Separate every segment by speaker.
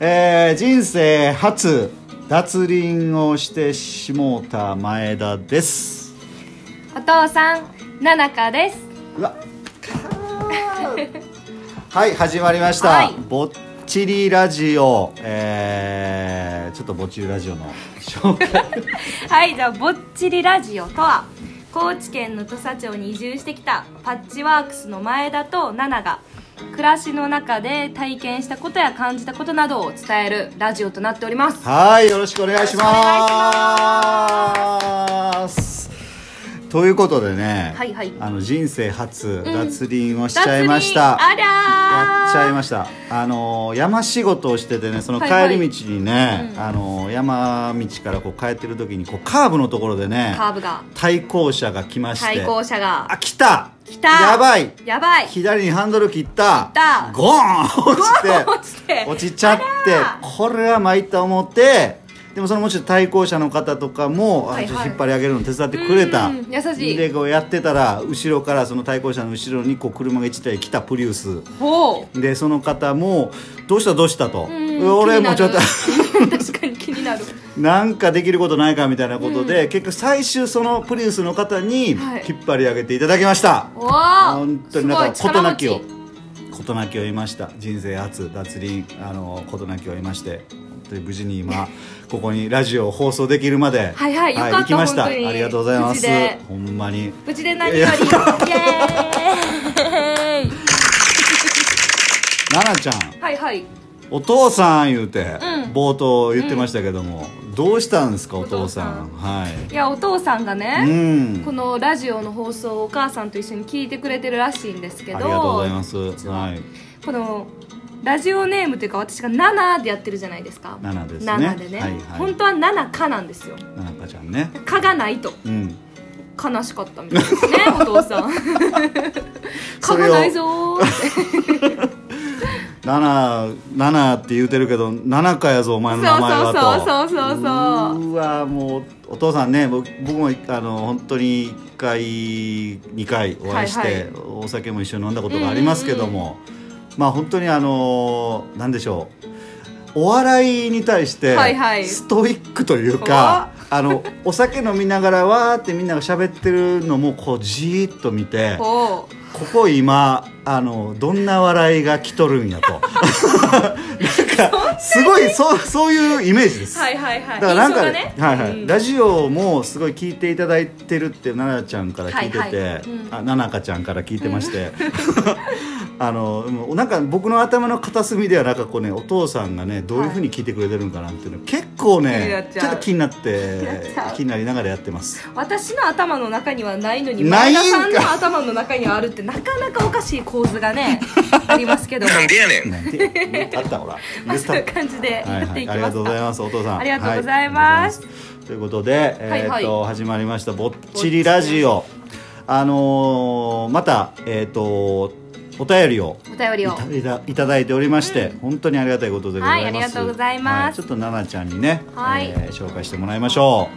Speaker 1: えー人生初脱輪をしてしもうた前田です
Speaker 2: お父さん、ななかです。
Speaker 1: う わはい始まりました、
Speaker 2: はい
Speaker 1: ぼっちりラジオ、えーちょっとぼっちりラジオの紹介
Speaker 2: はい、じゃあ、ぼっちりラジオとは、高知県の土佐町に移住してきたパッチワークスの前田とナナが、暮らしの中で体験したことや感じたことなどを伝えるラジオとなっております。
Speaker 1: はいよろしくお願いし
Speaker 2: よろしくお
Speaker 1: ますということでね、
Speaker 2: はいはい
Speaker 1: あの人生初
Speaker 2: ん
Speaker 1: 脱輪をしちゃいました、
Speaker 2: 脱輪あらー
Speaker 1: やっちゃいましたあのー山仕事をしててねその
Speaker 2: はいは
Speaker 1: 帰
Speaker 2: い
Speaker 1: り道にね、
Speaker 2: うん
Speaker 1: あのー山道からこう帰ってる時にこうカーブのところでね
Speaker 2: カーブが、
Speaker 1: 対向車が来まして
Speaker 2: 対向車が、
Speaker 1: あ来た
Speaker 2: 来た
Speaker 1: やばい
Speaker 2: やばい
Speaker 1: 左にハンドル切った
Speaker 2: た
Speaker 1: ゴーン落ちて
Speaker 2: 落ちて
Speaker 1: 落ちちゃって
Speaker 2: あら
Speaker 1: これは参った思ってでもそのもちろん対向車の方とかも、あ
Speaker 2: はいはい
Speaker 1: ちょっと引っ張り上げるの手伝ってくれた
Speaker 2: うん優しい
Speaker 1: でこうやってたら後ろからその対向車の後ろにこう車が1台来たプリウス
Speaker 2: ほう。
Speaker 1: でその方も「どうしたどうした」と
Speaker 2: うん
Speaker 1: 俺もちょっと
Speaker 2: 気になる確かに気になる。
Speaker 1: なんかできることないかみたいなことで、結局最終そのプリウスの方に引っ
Speaker 2: はい
Speaker 1: 張り上げていただきました、
Speaker 2: おー
Speaker 1: 本当になんか
Speaker 2: すごい
Speaker 1: 事
Speaker 2: 力
Speaker 1: な
Speaker 2: 持
Speaker 1: き
Speaker 2: ち
Speaker 1: を事なきを得ました人生初脱輪あの事なきを得まして本当に無事に今ここにラジオを放送できるまで
Speaker 2: はいはいよかった
Speaker 1: 行きましたあ
Speaker 2: 本当に
Speaker 1: りがとうございま
Speaker 2: 無
Speaker 1: す
Speaker 2: 事で
Speaker 1: ほんまに
Speaker 2: 無事で何より。イエーイ
Speaker 1: 奈々ちゃん
Speaker 2: はいはい。
Speaker 1: お父さん言うて、冒頭言ってましたけども、どうしたんですかお父さん
Speaker 2: お
Speaker 1: はい
Speaker 2: いやお父さんが
Speaker 1: う
Speaker 2: ね、
Speaker 1: ん
Speaker 2: このラジオの放送をお母さんと一緒に聞いてくれてるらしいんですけど
Speaker 1: ありがとうございますはい
Speaker 2: このラジオネームというか私が「ナナ」でやってるじゃないですか
Speaker 1: ナナですね
Speaker 2: ナナでね、
Speaker 1: はいはい
Speaker 2: 本当は「ナナか」なんですよ
Speaker 1: 奈々香ちゃんね
Speaker 2: 「か」がないと
Speaker 1: うん
Speaker 2: 悲しかったみたいです ねお父さん「か」
Speaker 1: それ
Speaker 2: が
Speaker 1: を
Speaker 2: ないぞ ーって
Speaker 1: 奈々奈々って言うてるけど奈々香やぞお前の名前はと
Speaker 2: そうそうそうそうそうそう
Speaker 1: うわもうお父さんね僕僕もあの本当に1回2回お会いして、
Speaker 2: はいはい
Speaker 1: お酒も一緒に飲んだことがありますけども、まあ本当にあのなんでしょうお笑いに対して
Speaker 2: はいはい
Speaker 1: ストイックというか、
Speaker 2: 怖っ
Speaker 1: あのお酒飲みながらわーってみんなが喋ってるのもこうじーっと見てこ
Speaker 2: こう
Speaker 1: こ今あのどんな笑いが来とるんや となんかすごいそうそういうイメージです。
Speaker 2: はいはいは
Speaker 1: だ
Speaker 2: い
Speaker 1: からなんか、
Speaker 2: 印象がね
Speaker 1: はいはい
Speaker 2: うん
Speaker 1: ラジオもすごい聞いていただいてるって奈々ちゃんから聞いてて、
Speaker 2: はいはいうん
Speaker 1: あ奈々香ちゃんから聞いてまして、 あのもうなんか僕の頭の片隅ではなんかこうねお父さんがねどういうふうに聞いてくれてるんかなっていうの結構
Speaker 2: 気にな
Speaker 1: ね
Speaker 2: っち
Speaker 1: ち
Speaker 2: ゃう
Speaker 1: ょっと気になっ
Speaker 2: なってちゃう
Speaker 1: 気になりながらやってます。
Speaker 2: 私の頭の中にはないのに
Speaker 1: ない
Speaker 2: 前
Speaker 1: んか
Speaker 2: 田さんの頭の中にはあるってなかなかおかしい構図が ねありますけども、
Speaker 3: なんでやねん
Speaker 1: なんて言ったあったほ ら
Speaker 2: ま
Speaker 1: 言
Speaker 2: あ、
Speaker 1: った
Speaker 2: そういう感じで
Speaker 1: はい
Speaker 2: やっ
Speaker 1: は
Speaker 2: てい
Speaker 1: い、
Speaker 2: き
Speaker 1: あ
Speaker 2: ま
Speaker 1: りが
Speaker 2: すか
Speaker 1: とうございますお父さん
Speaker 2: ありがとうございます
Speaker 1: はいありがとうございますということで、
Speaker 2: はい
Speaker 1: えーっと始まりました「ぼっちりラジオ」あのーまたえーっとお便りを
Speaker 2: お便りを
Speaker 1: いたいたいただいておりまして、本当にありがたいことでございます、
Speaker 2: はいありがとうございます
Speaker 1: はいちょっと奈々ちゃんにね、
Speaker 2: はい
Speaker 1: えー紹介してもらいましょ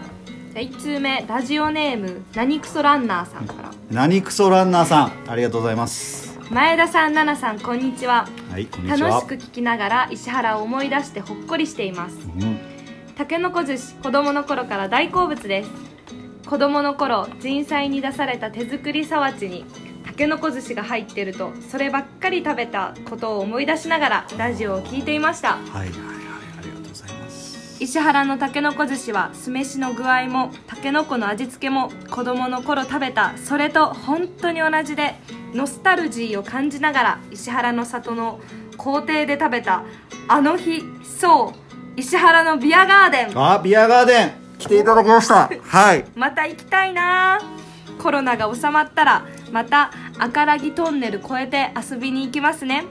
Speaker 2: じゃあ1通目ラジオネーム何クソランナーさんから
Speaker 1: う何クソランナーさんありがとうございます
Speaker 2: 前田さん奈々さんこんにちは
Speaker 1: はいこんに
Speaker 2: 楽
Speaker 1: ちは
Speaker 2: しく聞きながら石原を思い出してほっこりしています
Speaker 1: うん
Speaker 2: たけのこ寿司子供の頃から大好物です子供の頃人災に出された手作りさわちにたけのこ寿司が入ってるとそればっかり食べたことを思い出しながらラジオを聞いていました
Speaker 1: はいはいはいありがとうございます
Speaker 2: 石原のたけのこ寿司は酢飯の具合もたけのこの味付けも子供の頃食べたそれと本当に同じでノスタルジーを感じながら石原の里の校庭で食べたあの日そう石原のビアガーデン
Speaker 1: あビアガーデン来ていただきましたはい
Speaker 2: また行きたいなコロナが収まったらまた赤らぎトンネル越えて遊びに行きますね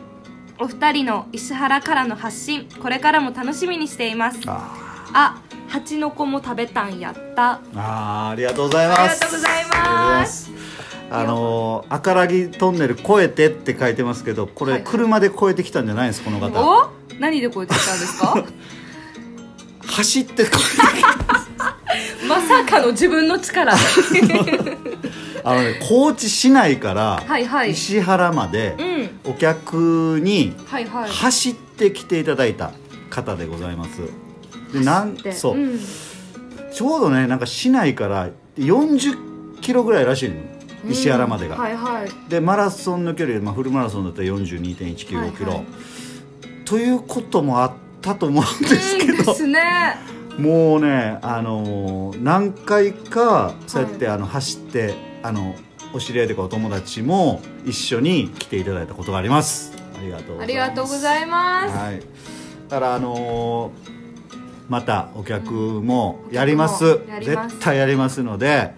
Speaker 2: お二人の石原からの発信これからも楽しみにしています
Speaker 1: あー
Speaker 2: あ蜂の子も食べたんやった
Speaker 1: あーありがとうございます。
Speaker 2: ありがとうございます
Speaker 1: ありがとうございます。あのー赤らぎトンネル越えてって書いてますけど、こ
Speaker 2: は
Speaker 1: れ
Speaker 2: い
Speaker 1: 車で越えてきたんじゃないんですこの方。
Speaker 2: お何でこうやって来たんですか
Speaker 1: 走って越
Speaker 2: まさかの自分の力
Speaker 1: えて あのね高知市内から
Speaker 2: はいはい
Speaker 1: 石原まで
Speaker 2: うん
Speaker 1: お客に
Speaker 2: はいはい
Speaker 1: 走ってきていただいた方でございますでなん
Speaker 2: って
Speaker 1: そう、
Speaker 2: ん
Speaker 1: ちょうどねなんか市内から40キロぐらいらしいの石原までが、
Speaker 2: うんはいはい
Speaker 1: でマラソンの距離、まあ、フルマラソンだったら42.195キロ、
Speaker 2: はいはい
Speaker 1: ということもあったと思うんですけ
Speaker 2: うんで
Speaker 1: ど、
Speaker 2: すね
Speaker 1: もうね、あのー何回かそうやって、あの走ってあのお知り合いとかお友達も一緒に来ていただいたことがありますありがとうございます
Speaker 2: ありがとうございます
Speaker 1: はい、だからあのーまたお客もやります
Speaker 2: お客もやります
Speaker 1: 絶対やりますので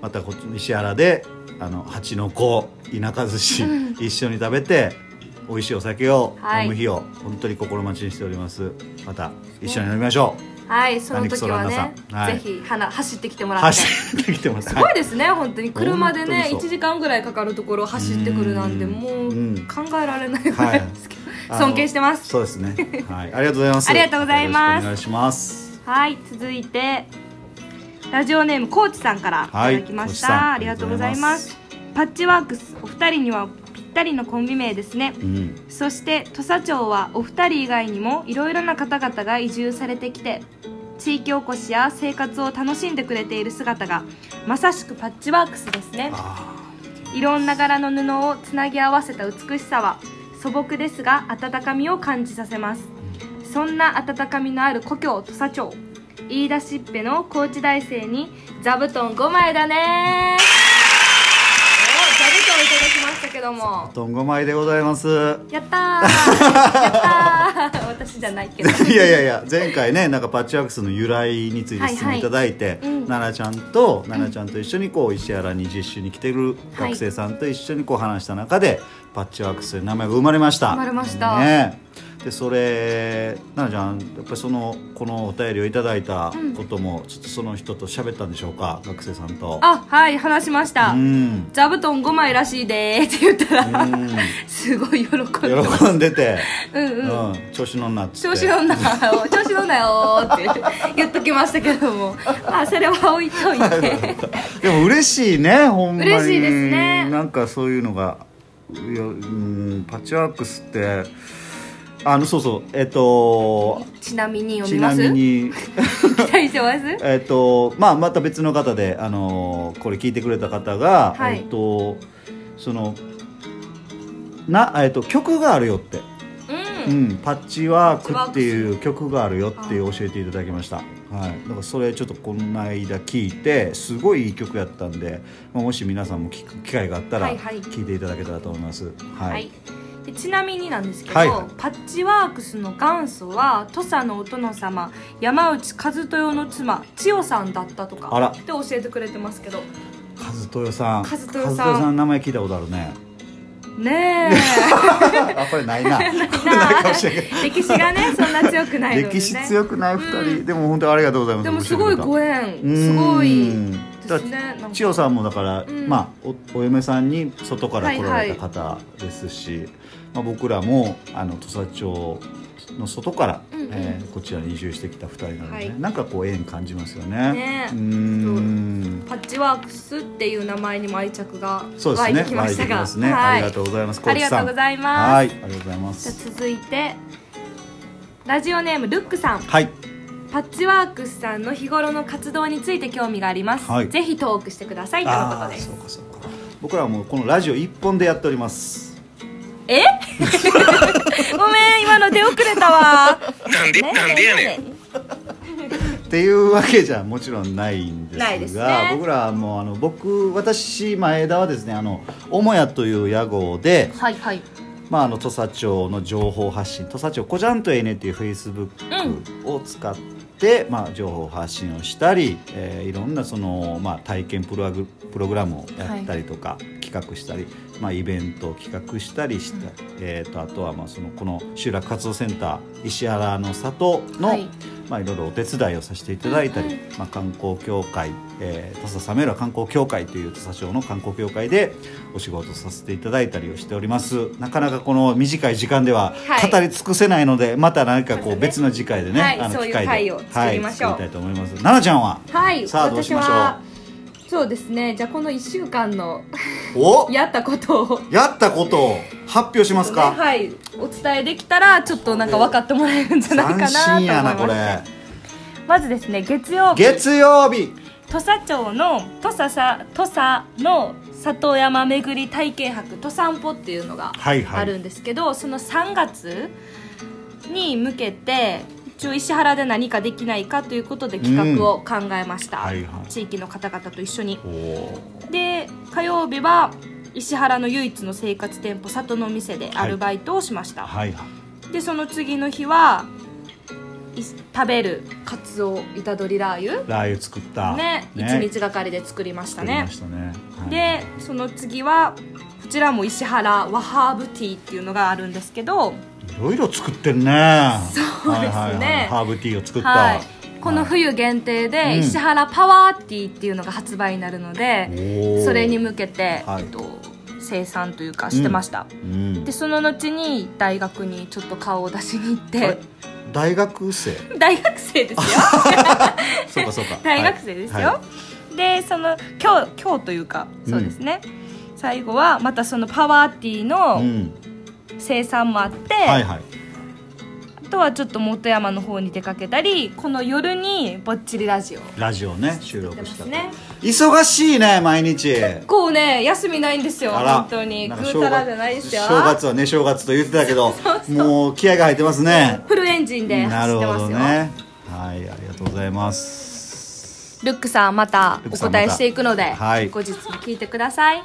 Speaker 1: またこっちの石原であの蜂の子田舎寿司、一緒に食べて美味しいお酒を
Speaker 2: はい
Speaker 1: 飲む日を、本当に心待ちにしておりますまた一緒に飲みましょう、
Speaker 2: はいその
Speaker 1: 何
Speaker 2: 時はね
Speaker 1: クソランナーさんはい
Speaker 2: ぜひ花走ってきてもらってす
Speaker 1: 走 ってきてます
Speaker 2: ごいですね本当に車で
Speaker 1: 本当
Speaker 2: ね
Speaker 1: にそう
Speaker 2: 1時間ぐらいかかるところを走ってくるなんて
Speaker 1: うん
Speaker 2: も
Speaker 1: う
Speaker 2: うん考えられないぐらいですけど
Speaker 1: はい
Speaker 2: 尊敬してます
Speaker 1: そうですねはいありがとうございます
Speaker 2: ありがとうございます
Speaker 1: よろしくお願いします
Speaker 2: はい続いてラジオネームコーチさんからいた
Speaker 1: はい
Speaker 2: だきまし
Speaker 1: コーチさ
Speaker 2: た
Speaker 1: ん
Speaker 2: ありがとうございますパッチワークスお二人にはぴったりのコンビ名ですね
Speaker 1: うん
Speaker 2: そして土佐町はお二人以外にもいろいろな方々が移住されてきて地域おこしや生活を楽しんでくれている姿がまさしくパッチワークスですね
Speaker 1: あ
Speaker 2: いろんな柄の布をつなぎ合わせた美しさは素朴ですが温かみを感じさせますそんな温かみのある故郷土佐町飯田しっぺの高知大生に座布団5枚だねお座布団いただきましたけども
Speaker 1: ーとんごまいでございます
Speaker 2: やったーやったー私じゃないけど
Speaker 1: いやいやいや前回ねなんかパッチワークスの由来について質問いただいて
Speaker 2: はいはいうん
Speaker 1: 奈々ちゃんと奈々ちゃんと一緒にこう石原に実習に来てる学生さんと一緒にこう話した中でパッチワークスという名前が生まれました
Speaker 2: 生まれました
Speaker 1: ねでそれ奈々ちゃんやっぱりそのこのお便りをいただいたこともちょっとその人と喋ったんでしょうか学生さんと
Speaker 2: あはい話しました、
Speaker 1: うん
Speaker 2: 座布団5枚らしいでーって言ったら、
Speaker 1: うん
Speaker 2: すごい喜んでます
Speaker 1: 喜んでて
Speaker 2: うんうん
Speaker 1: うん調子乗んなっつって
Speaker 2: 調子乗んなよ調子乗んなよーって言っときましたけ どもまあそれは置いといて
Speaker 1: でも嬉しいねほんまに
Speaker 2: 嬉しいですね
Speaker 1: なんかそういうのがいやうんパッチワークスってあのそうそうえっと
Speaker 2: ちなみに読
Speaker 1: ち
Speaker 2: み
Speaker 1: な
Speaker 2: ます
Speaker 1: みに
Speaker 2: 期待してます
Speaker 1: えっとまあまた別の方であのこれ聞いてくれた方が、
Speaker 2: はい
Speaker 1: えっとそのなえっと曲があるよって、
Speaker 2: う
Speaker 1: うんん、パッチワークっていう曲があるよっていう教えていただきました、はい、だからそれちょっとこの間聞いてすごいいい曲やったんで、まあ、もし皆さんも聞く機会があったら
Speaker 2: はいはい
Speaker 1: 聞いていただけたらと思いますは
Speaker 2: はいい、でちなみになんですけど、
Speaker 1: はい
Speaker 2: パッチワークスの元祖は土佐のお殿様山内和豊の妻千代さんだったとか
Speaker 1: あら
Speaker 2: って教えてくれてますけど
Speaker 1: 和豊さん
Speaker 2: 和豊さん
Speaker 1: の名前聞いたことある ね
Speaker 2: ね
Speaker 1: あこれないな
Speaker 2: えなあ歴史がねそんな強くないので、ね、
Speaker 1: 歴史強くない2人、
Speaker 2: う
Speaker 1: でも本当にありがとうございます
Speaker 2: でもすごいご
Speaker 1: 縁
Speaker 2: 縁すごいですねなんか
Speaker 1: 千代さんもだから、
Speaker 2: うん
Speaker 1: まあ、おお嫁さんに外から来られた方ですし、まあ、僕らもあの土佐町の外から、
Speaker 2: うんうん
Speaker 1: えーこちらに移住してきた2人なので、
Speaker 2: はい
Speaker 1: なんかこう縁感じますよね。
Speaker 2: ね
Speaker 1: うーん
Speaker 2: パッチワークスっていう名前にも愛着が
Speaker 1: そうです
Speaker 2: 湧いて
Speaker 1: ね。
Speaker 2: きまし
Speaker 1: 湧いて
Speaker 2: た
Speaker 1: き
Speaker 2: が
Speaker 1: ますね、
Speaker 2: は
Speaker 1: ありが
Speaker 2: い
Speaker 1: とうございます。
Speaker 2: ありがとうございます
Speaker 1: はい、ありがとうございま
Speaker 2: じゃ
Speaker 1: す。
Speaker 2: あ続いてラジオネームルックさん
Speaker 1: はい、
Speaker 2: パッチワークスさんの日頃の活動について興味があります、
Speaker 1: はい
Speaker 2: ぜひトークしてくださいとのこと
Speaker 1: ああー、
Speaker 2: です
Speaker 1: そうかそうか。僕らはもうこのラジオ一本でやっております。
Speaker 2: え ごめん今の出遅れたわなんでなんでやねん
Speaker 1: っていうわけじゃもちろんないんですが
Speaker 2: ないですね
Speaker 1: 僕らはもうあの僕私前田はですねあの母屋という屋号で、
Speaker 2: はいはい
Speaker 1: まあ、あの土佐町の情報発信土佐町こじゃんとええねっていうフェイスブックを使って、まあ、情報発信をしたり、えーいろんなその、まあ、体験プログプログラムをやったりとか、企画したり、まあ、イベントを企画したりした、
Speaker 2: うん
Speaker 1: えー、とあとはまあそのこの集落活動センター石原の里の、
Speaker 2: はい
Speaker 1: まあ、いろいろお手伝いをさせていただいたり、
Speaker 2: うんうん
Speaker 1: まあ、観光協会、えー、土佐サメラ観光協会という土佐町の観光協会でお仕事させていただいたりをしておりますなかなかこの短い時間では
Speaker 2: はい
Speaker 1: 語り尽くせないので、また何かこ
Speaker 2: ま
Speaker 1: う
Speaker 2: たね
Speaker 1: 別の次回でね、
Speaker 2: はい
Speaker 1: あの
Speaker 2: そういう
Speaker 1: 機会で
Speaker 2: 回を作りましょ
Speaker 1: は
Speaker 2: う
Speaker 1: い、作りたいと思います奈々ちゃんは
Speaker 2: はい
Speaker 1: さあどうしましょう
Speaker 2: 私はそうですねじゃあこの1週間の
Speaker 1: お
Speaker 2: やったことを
Speaker 1: やったことを発表しますか
Speaker 2: はいお伝えできたらちょっとなんか分かってもらえるんじゃないか
Speaker 1: 斬
Speaker 2: なと思い
Speaker 1: 新やな
Speaker 2: ま
Speaker 1: こ
Speaker 2: す
Speaker 1: れ
Speaker 2: まずですね月曜日
Speaker 1: 月曜日
Speaker 2: 土佐町の土佐さ土佐の里山巡り体験博土散歩っていうのが
Speaker 1: はいはい
Speaker 2: あるんですけど、その3月に向けて一応石原で何かできないかということで企画を考えました、
Speaker 1: うんはいはい
Speaker 2: 地域の方々と一緒に
Speaker 1: おー
Speaker 2: で火曜日は石原の唯一の生活店舗里の店でアルバイトをしました、
Speaker 1: はいはい
Speaker 2: でその次の日はい食べるカツオ板取りラー油
Speaker 1: ラー油作った
Speaker 2: ね一
Speaker 1: 作
Speaker 2: 日がかりで作りました
Speaker 1: り
Speaker 2: ね
Speaker 1: ましたねはい
Speaker 2: でその次はこちらも石原ワハーブティーっていうのがあるんですけど、
Speaker 1: いろいろ作ってるね
Speaker 2: そうですね
Speaker 1: はいはいはいハーブティーを作った、
Speaker 2: はい、この冬限
Speaker 1: は
Speaker 2: 定
Speaker 1: い
Speaker 2: で石原パワーティーっていうのが発売になるので、
Speaker 1: おー
Speaker 2: それに向けて、
Speaker 1: はい
Speaker 2: えっと、生産というかしてました、
Speaker 1: うん
Speaker 2: でその後に大学にちょっと顔を出しに行っ
Speaker 1: あ
Speaker 2: て
Speaker 1: れ大学生
Speaker 2: 大学生ですよ
Speaker 1: そうかそう か
Speaker 2: 大学生ですよ、
Speaker 1: は
Speaker 2: でその今日今日というかそうですね、最後はまたそのパワーティ
Speaker 1: いは
Speaker 2: ー
Speaker 1: い
Speaker 2: の
Speaker 1: うん
Speaker 2: 生産もあって、
Speaker 1: はいはい
Speaker 2: あとはちょっと元山の方に出かけたりこの夜にぼっちりラジオ
Speaker 1: ラジオね収
Speaker 2: 出
Speaker 1: 録
Speaker 2: ま
Speaker 1: し
Speaker 2: す
Speaker 1: た、
Speaker 2: ね
Speaker 1: 忙しいね毎日
Speaker 2: 結構ね休みないんですよ
Speaker 1: あら
Speaker 2: 本当にぐ
Speaker 1: なんか
Speaker 2: うたらじゃないですよ
Speaker 1: 正月はね正月と言ってたけ どもう気合が入ってますね
Speaker 2: フルエンジンで
Speaker 1: な
Speaker 2: 走
Speaker 1: る
Speaker 2: ってま
Speaker 1: ほ
Speaker 2: す
Speaker 1: ど、
Speaker 2: よ
Speaker 1: ねはいありがとうございます
Speaker 2: ルックさんまた
Speaker 1: ルッ
Speaker 2: お
Speaker 1: クさん
Speaker 2: 答えしていくので、
Speaker 1: またはい
Speaker 2: 後日も聞いてください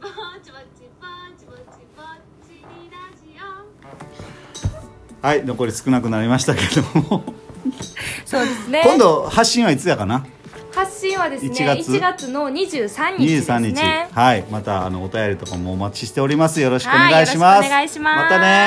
Speaker 3: ぼちぼちぼちぼちぼちりラジオ
Speaker 1: はい残り少なくなりましたけども
Speaker 2: そうですね
Speaker 1: 今度発信はいつやかな
Speaker 2: 発信はですね
Speaker 1: 1
Speaker 2: 1
Speaker 1: 月
Speaker 2: 月の23日です
Speaker 1: 23日
Speaker 2: ね
Speaker 1: はいまたあのお便りとかもお待ちしておりますよろしくお願いします
Speaker 2: はいよろしくお願いします
Speaker 1: またね